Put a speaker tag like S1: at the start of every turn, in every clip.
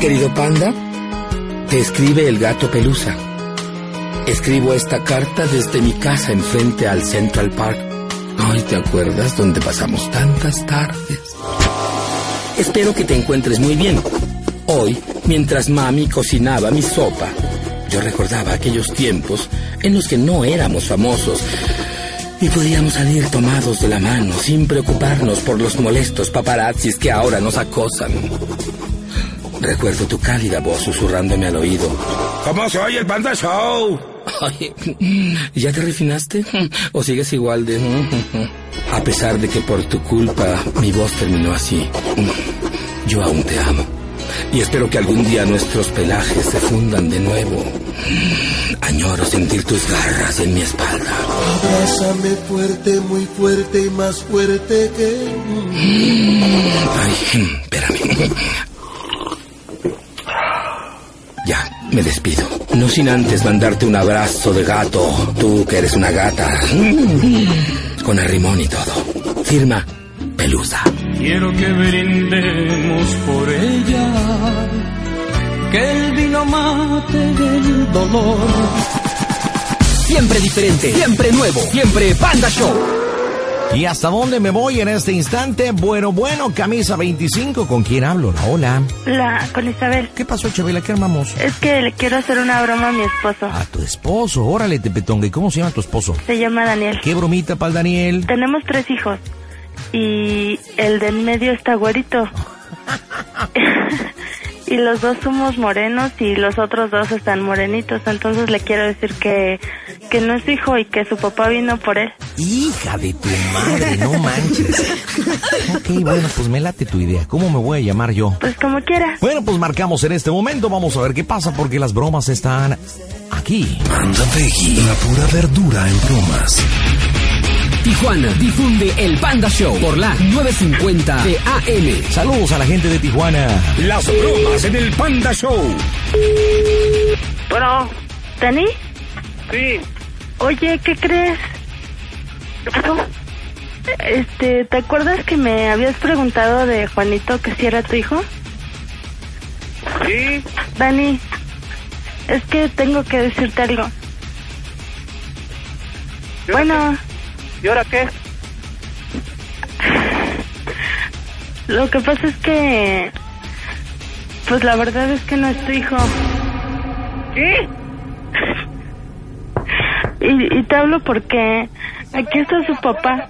S1: Querido panda, te escribe el gato Pelusa. Escribo esta carta desde mi casa enfrente al Central Park. Ay, ¿te acuerdas donde pasamos tantas tardes? Espero que te encuentres muy bien. Hoy, mientras mami cocinaba mi sopa, yo recordaba aquellos tiempos en los que no éramos famosos y podíamos salir tomados de la mano sin preocuparnos por los molestos paparazzis que ahora nos acosan. Recuerdo tu cálida voz susurrándome al oído.
S2: ¿Cómo soy el Panda Show?
S1: Ay, ¿Ya te refinaste? ¿O sigues igual de... A pesar de que por tu culpa mi voz terminó así, yo aún te amo. Y espero que algún día nuestros pelajes se fundan de nuevo. Añoro sentir tus garras en mi espalda.
S3: Abrázame fuerte, muy fuerte y más fuerte que...
S1: Ay, espérame. Ya, me despido. No sin antes mandarte un abrazo de gato. Tú que eres una gata. Mm. Con arrimón y todo. Firma, Pelusa.
S4: Quiero que brindemos por ella. Que el vino mate del dolor.
S5: Siempre diferente, siempre nuevo, siempre Panda Show.
S6: ¿Y hasta dónde me voy en este instante? Bueno, bueno, camisa 25, ¿con quién hablo? ah. Hola.
S7: La, con Isabel.
S6: ¿Qué pasó, Chabela? ¿Qué armamos?
S7: Es que le quiero hacer una broma a mi esposo.
S6: A tu esposo, órale, Tepetonga. ¿Y cómo se llama tu esposo?
S7: Se llama Daniel.
S6: ¿Qué bromita para Daniel?
S7: Tenemos tres hijos y el del medio está güerito. y los dos somos morenos y los otros dos están morenitos. Entonces le quiero decir que, que no es su hijo y que su papá vino por él.
S6: Hija de tu madre, no manches. Ok, bueno, pues me late tu idea. ¿Cómo me voy a llamar yo?
S7: Pues como quiera.
S6: Bueno, pues marcamos en este momento. Vamos a ver qué pasa porque las bromas están aquí.
S8: Panda Peggy, la pura verdura en bromas.
S5: Tijuana difunde el Panda Show por la 950 de AM.
S6: Saludos a la gente de Tijuana.
S2: Las bromas en el Panda Show.
S9: Bueno,
S7: ¿Dani?
S9: sí.
S7: Oye, ¿qué crees?
S9: ¿Qué pasó?
S7: Este, ¿te acuerdas que me habías preguntado de Juanito que si era tu hijo?
S9: Sí.
S7: Dani, es que tengo que decirte algo.
S9: ¿Y ahora
S7: Bueno,
S9: qué? ¿Y ahora qué?
S7: lo que pasa es que... Pues la verdad es que no es tu hijo.
S9: ¿Qué?
S7: Y, y te hablo porque aquí está su papá.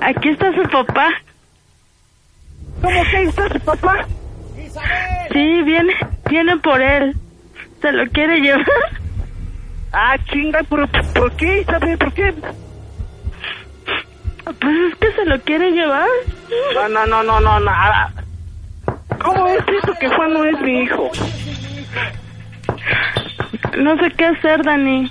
S7: Aquí está su papá.
S9: ¿Cómo que ahí está su papá?
S7: Sí, viene, viene por él. Se lo quiere llevar.
S9: Ah, chinga, ¿por, por qué, Isabel? ¿Por qué?
S7: Pues es que se lo quiere llevar.
S9: No, no, no, no, no, nada. ¿Cómo es eso que Juan no es mi hijo?
S7: No sé qué hacer, Dani.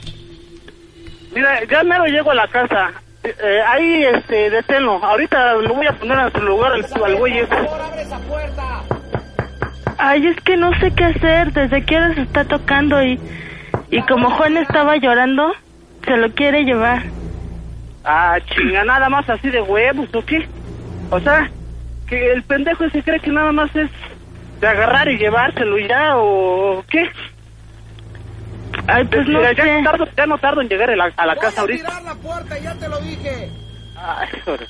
S9: Mira, ya mero llego a la casa. Eh, eh, ahí, este, deténlo. Ahorita lo voy a poner a su lugar al, al güey ese.
S7: Ay, es que no sé qué hacer. Desde que ahora se está tocando y, y como Juan estaba llorando, se lo quiere llevar.
S9: Ah, chinga, nada más así de huevos, ¿o qué? O sea, que el pendejo ese cree que nada más es de agarrar y llevárselo y ya, ¿o qué?
S7: Ay, pues no
S9: Mira, ya,
S7: sé.
S9: tardo, ya no tardo en llegar a la, a la casa ahorita. Ay, joder.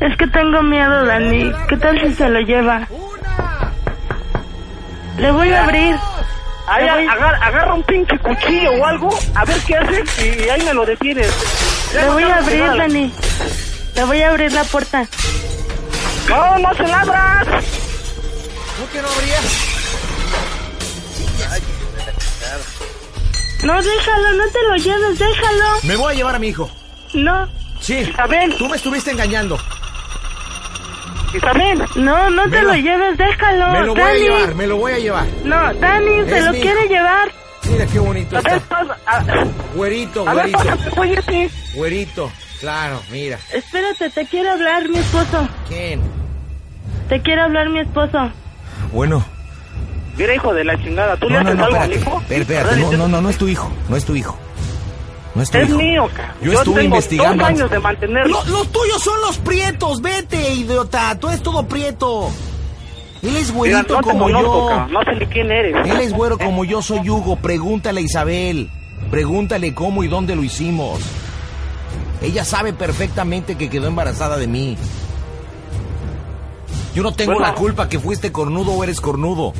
S7: Es que tengo miedo, Dani. ¿Qué tal si se lo lleva? Le voy a abrir.
S9: Ahí
S7: Le voy-
S9: agar- agarra un pinche cuchillo o algo, a ver qué hace y ahí me lo detienes. Ya
S7: Le
S9: no
S7: voy a
S9: tardo en
S7: abrir,
S9: llegar
S7: Dani. Le voy a abrir la puerta.
S9: No, no se labras. ¿Cómo que
S7: No, déjalo, no te lo lleves, déjalo.
S6: Me voy a llevar a mi hijo.
S7: No.
S6: Sí.
S9: no abrías? Isabel,
S6: Tú me estuviste engañando.
S9: Isabel.
S7: No, no te
S6: Me lo-
S7: lo lleves, déjalo.
S6: Me lo voy a
S7: Dani.
S6: llevar, me lo voy a llevar.
S7: No, Dani, se
S6: Es
S7: lo
S6: mi-
S7: quiere llevar.
S6: Mira qué bonito
S9: A ver,
S6: está.
S9: pasa- a,
S6: Güerito,
S9: a ver,
S6: güerito.
S9: pásate, apóyate.
S6: Güerito. Claro, mira.
S7: Espérate, te quiere hablar mi esposo.
S6: ¿Quién?
S7: Te quiere hablar mi esposo.
S6: Bueno.
S9: Mira, hijo de la chingada, ¿tú le
S6: No, no,
S9: haces
S6: no,
S9: algo al
S6: espérate.
S9: hijo?
S6: Espérate, espérate.
S9: Dale,
S6: No,
S9: te-
S6: no, no, no es tu hijo. No es tu hijo. No es tu
S9: Es
S6: hijo.
S9: mío, cara.
S6: Yo estuve
S9: tengo
S6: investigando.
S9: dos años de mantenerlo.
S10: Lo- los tuyos son los prietos, vete, idiota. Tú eres todo prieto. Él es
S9: Mira,
S10: güerito
S9: no te
S10: como
S9: conozco,
S10: yo.
S9: cara. No sé ni quién eres.
S6: Él es güero como yo soy Hugo. Pregúntale a Isabel. Pregúntale cómo y dónde lo hicimos. Ella sabe perfectamente que quedó embarazada de mí. Yo no tengo
S9: Bueno.
S6: la culpa que fuiste cornudo o eres cornudo.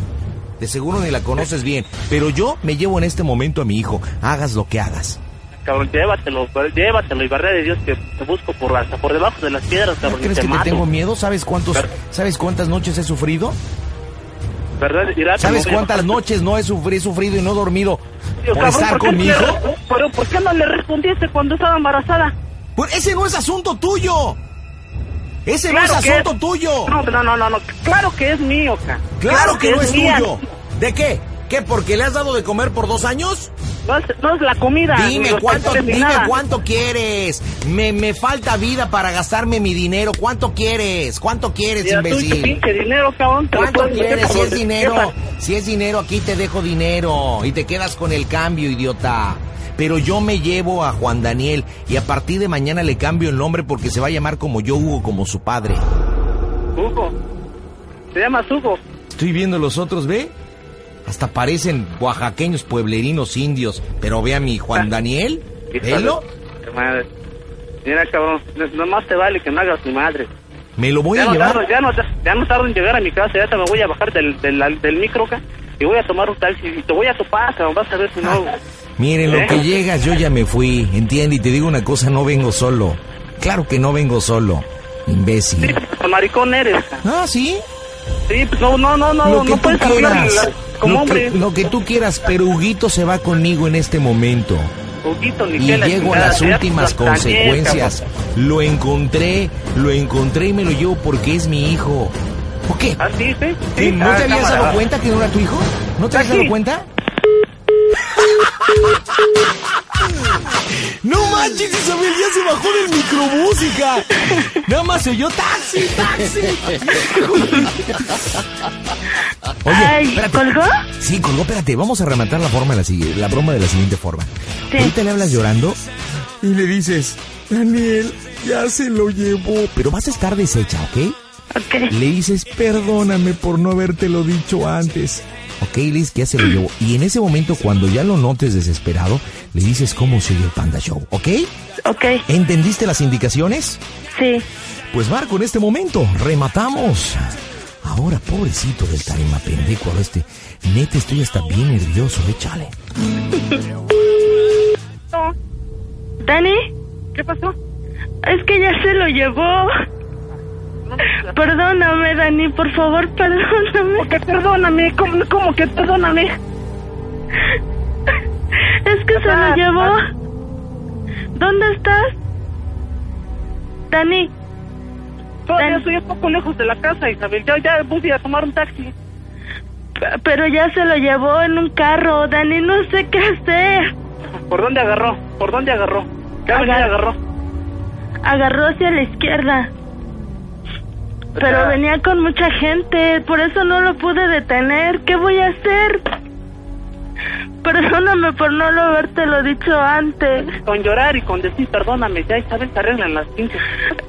S6: De seguro ni la conoces bien. Pero yo me llevo en este momento a mi hijo. Hagas lo que hagas.
S9: Cabrón, llévatelo, pero llévatelo y verdad de Dios que te busco por hasta por debajo de las piedras,
S6: ¿No
S9: cabrón, y
S6: crees
S9: te
S6: que te
S9: mato.
S6: tengo miedo? ¿Sabes cuántos,
S9: Pero-
S6: sabes cuántas noches he sufrido?
S9: ¿Verdad? Mira, te
S6: ¿Sabes
S9: voy a-
S6: cuántas noches no he sufrido, he sufrido y no he dormido
S9: Tío,
S6: por
S9: cabrón,
S6: estar
S9: qué
S6: con mi
S9: le-
S6: hijo?
S9: Pero ¿por qué no le respondiste cuando estaba embarazada?
S6: Pues ese no es asunto tuyo. Ese no
S9: Claro
S6: es
S9: que
S6: asunto
S9: es.
S6: tuyo.
S9: No, no, no, no, no. Claro que es mío, ca.
S6: claro que no es
S9: mía.
S6: tuyo. ¿De qué? ¿Qué? ¿Porque le has dado de comer por dos años?
S9: No es, no es la comida. ni
S6: Dime
S9: los
S6: cuánto,
S9: pasteles, ni
S6: dime
S9: nada.
S6: cuánto quieres. Me, me falta vida para gastarme mi dinero. ¿Cuánto quieres? ¿Cuánto quieres,
S9: Mira, tú y tu
S6: imbécil?
S9: pinche dinero, cabrón. te lo
S6: ¿Cuánto
S9: puedes meter
S6: quieres? Si
S9: como
S6: es
S9: de-
S6: dinero,
S9: esa-
S6: si es dinero, aquí te dejo dinero y te quedas con el cambio, idiota. Pero yo me llevo a Juan Daniel y a partir de mañana le cambio el nombre porque se va a llamar como yo, Hugo, como su padre.
S9: Hugo. Se llama Hugo.
S6: Estoy viendo los otros, ¿ve? Hasta parecen oaxaqueños, pueblerinos, indios. Pero ve a mi Juan Daniel, velo,
S9: Qué Madre. Mira, cabrón. Nomás te vale que no hagas ni madre.
S6: me lo voy
S9: ya,
S6: a
S9: no tardo,
S6: llevar.
S9: ya, no, ya no tardo en llegar a mi casa, ya te me voy a bajar del, del, del micro ca, y voy a tomar un taxi y te voy a topar, cabrón, vas a ver si no.
S6: Ah. Miren, lo
S9: ¿Eh?
S6: que llegas, yo ya me fui, entiende, y te digo una cosa, no vengo solo. Claro que no vengo solo,
S9: Sí,
S6: imbécil.
S9: pues, maricón eres. ca.
S6: Ah, sí,
S9: Sí, pues, no, no, no,
S6: lo
S9: no,
S6: que
S9: no
S6: tú
S9: puedes hablar
S6: quieras.
S9: como
S6: Lo que,
S9: hombre.
S6: lo que tú quieras, pero Huguito se va conmigo en este momento.
S9: Poquito, ni
S6: Y
S9: que la
S6: llego a
S9: chingada,
S6: las
S9: ya,
S6: últimas
S9: pues, hasta ayer,
S6: consecuencias. Lo encontré, lo encontré y me lo llevo porque es mi hijo. ¿Por qué?
S9: cabrón. Así, Ah, sí.
S6: ¿Qué?
S9: sí,
S6: ¿No
S9: ah,
S6: te habías
S9: cámara.
S6: dado cuenta que no era tu hijo? ¿No te habías
S9: Aquí.
S6: dado cuenta? ¡No manches, Isabel! ¡Ya se bajó del microbús, hija! ¡Nada más se oyó taxi, taxi! Oye,
S7: Ay,
S6: espérate.
S7: ¿colgó?
S6: Sí, colgó, espérate, vamos a rematar la forma de la, sigui- la broma de la siguiente forma.
S7: Sí.
S6: Ahorita le hablas llorando y le dices, Daniel, ya se lo llevó. Pero vas a estar deshecha, ¿ok?
S7: Ok.
S6: Le dices, perdóname por no habértelo dicho antes. Ok, Liz, que ya se lo llevó. Y en ese momento, cuando ya lo notes desesperado, le dices cómo sigue el Panda Show, ¿ok?
S7: Ok,
S6: ¿Entendiste las indicaciones?
S7: sí.
S6: Pues Marco, en este momento, rematamos. Ahora, pobrecito del tarima pendejo al este. Neta, estoy hasta bien nervioso, eh, échale.
S9: No,
S7: ¿Dani?
S9: ¿Qué pasó?
S7: Es que ya se lo llevó. Perdóname, Dani, por favor, perdóname.
S9: Que perdóname, ¿cómo, cómo que perdóname?
S7: Es que se lo llevó. ¿Dónde estás? Dani,
S9: Todavía
S7: Dale.
S9: estoy un poco lejos de la casa, Isabel. Ya, ya voy a ir a tomar un taxi.
S7: p- pero ya se lo llevó en un carro. Dani, no sé qué hacer.
S9: ¿Por dónde agarró? ¿Por dónde agarró? ¿Qué avenida
S7: Agarró.
S9: agarró?
S7: Agarró hacia la izquierda. Pero
S9: Ah.
S7: venía con mucha gente, por eso no lo pude detener. ¿Qué voy a hacer? Perdóname por no lo habértelo dicho antes.
S9: Con llorar y con decir perdóname, ya Isabel se arreglan las pinches.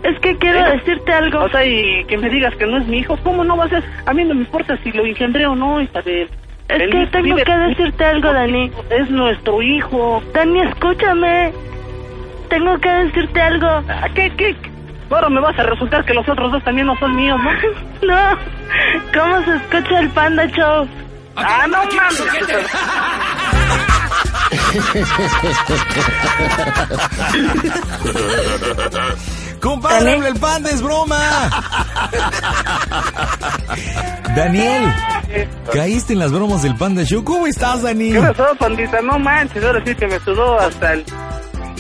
S7: Es que quiero
S9: Bueno,
S7: decirte algo.
S9: O sea, y que me digas que no es mi hijo, ¿cómo no va a ser? A mí no me importa si lo engendré o no, Isabel.
S7: Es
S9: Él
S7: que
S9: es-
S7: tengo
S9: vive-
S7: que decirte algo, Dani.
S9: Es nuestro hijo.
S7: Dani, escúchame. Tengo que decirte algo.
S9: Ah, ¿Qué, qué? qué? Ahora me vas a resultar que los otros dos también no son míos, ¿no?
S7: No. ¿Cómo se escucha el Panda Show?
S9: ah, no mames.
S6: ¡Compadre, habla el panda, es broma! Daniel, caíste en las bromas del Panda Show. ¿Cómo estás, Dani?
S9: ¿Qué pasó, pandita? No manches, ahora sí que me sudó hasta el...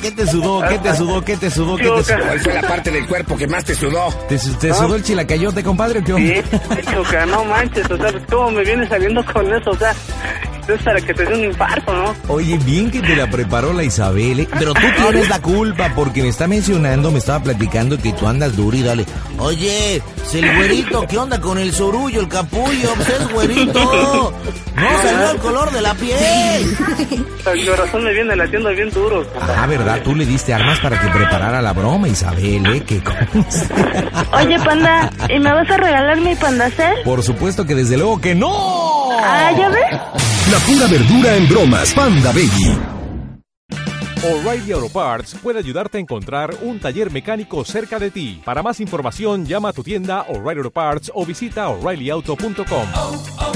S6: ¿Qué te sudó? ¿Qué te sudó? ¿Qué te sudó? ¿Qué te sudó?
S2: ¿Cuál fue la parte del cuerpo que más te sudó?
S6: ¿Te, su- te sudó el chilacayote, compadre? o ¿Qué
S9: Sí,
S6: onda?
S9: choca, no manches, o sea, pues, ¿cómo me viene saliendo con eso? O sea, es para que te dé un infarto, ¿no?
S6: Oye, bien que te la preparó la Isabel, ¿eh? pero tú tienes la culpa porque me está mencionando, me estaba platicando que tú andas duro y dale. Oye, es el güerito, ¿qué onda con el sorullo, el capullo? Pues es güerito. No salió el color de la piel.
S9: El corazón me viene latiendo bien duro.
S6: Ah, ¿verdad? Tú le diste armas para que preparara la broma, Isabel, ¿eh? Que conste.
S7: Oye, panda, ¿y me vas a regalar mi pandacel?
S6: Por supuesto que desde luego que no.
S7: Ah, ¿ya ves?
S8: La pura verdura en bromas. Panda Baby.
S11: O'Reilly Auto Parts puede ayudarte a encontrar un taller mecánico cerca de ti. Para más información, llama a tu tienda O'Reilly Auto Parts o visita oreillyauto.com.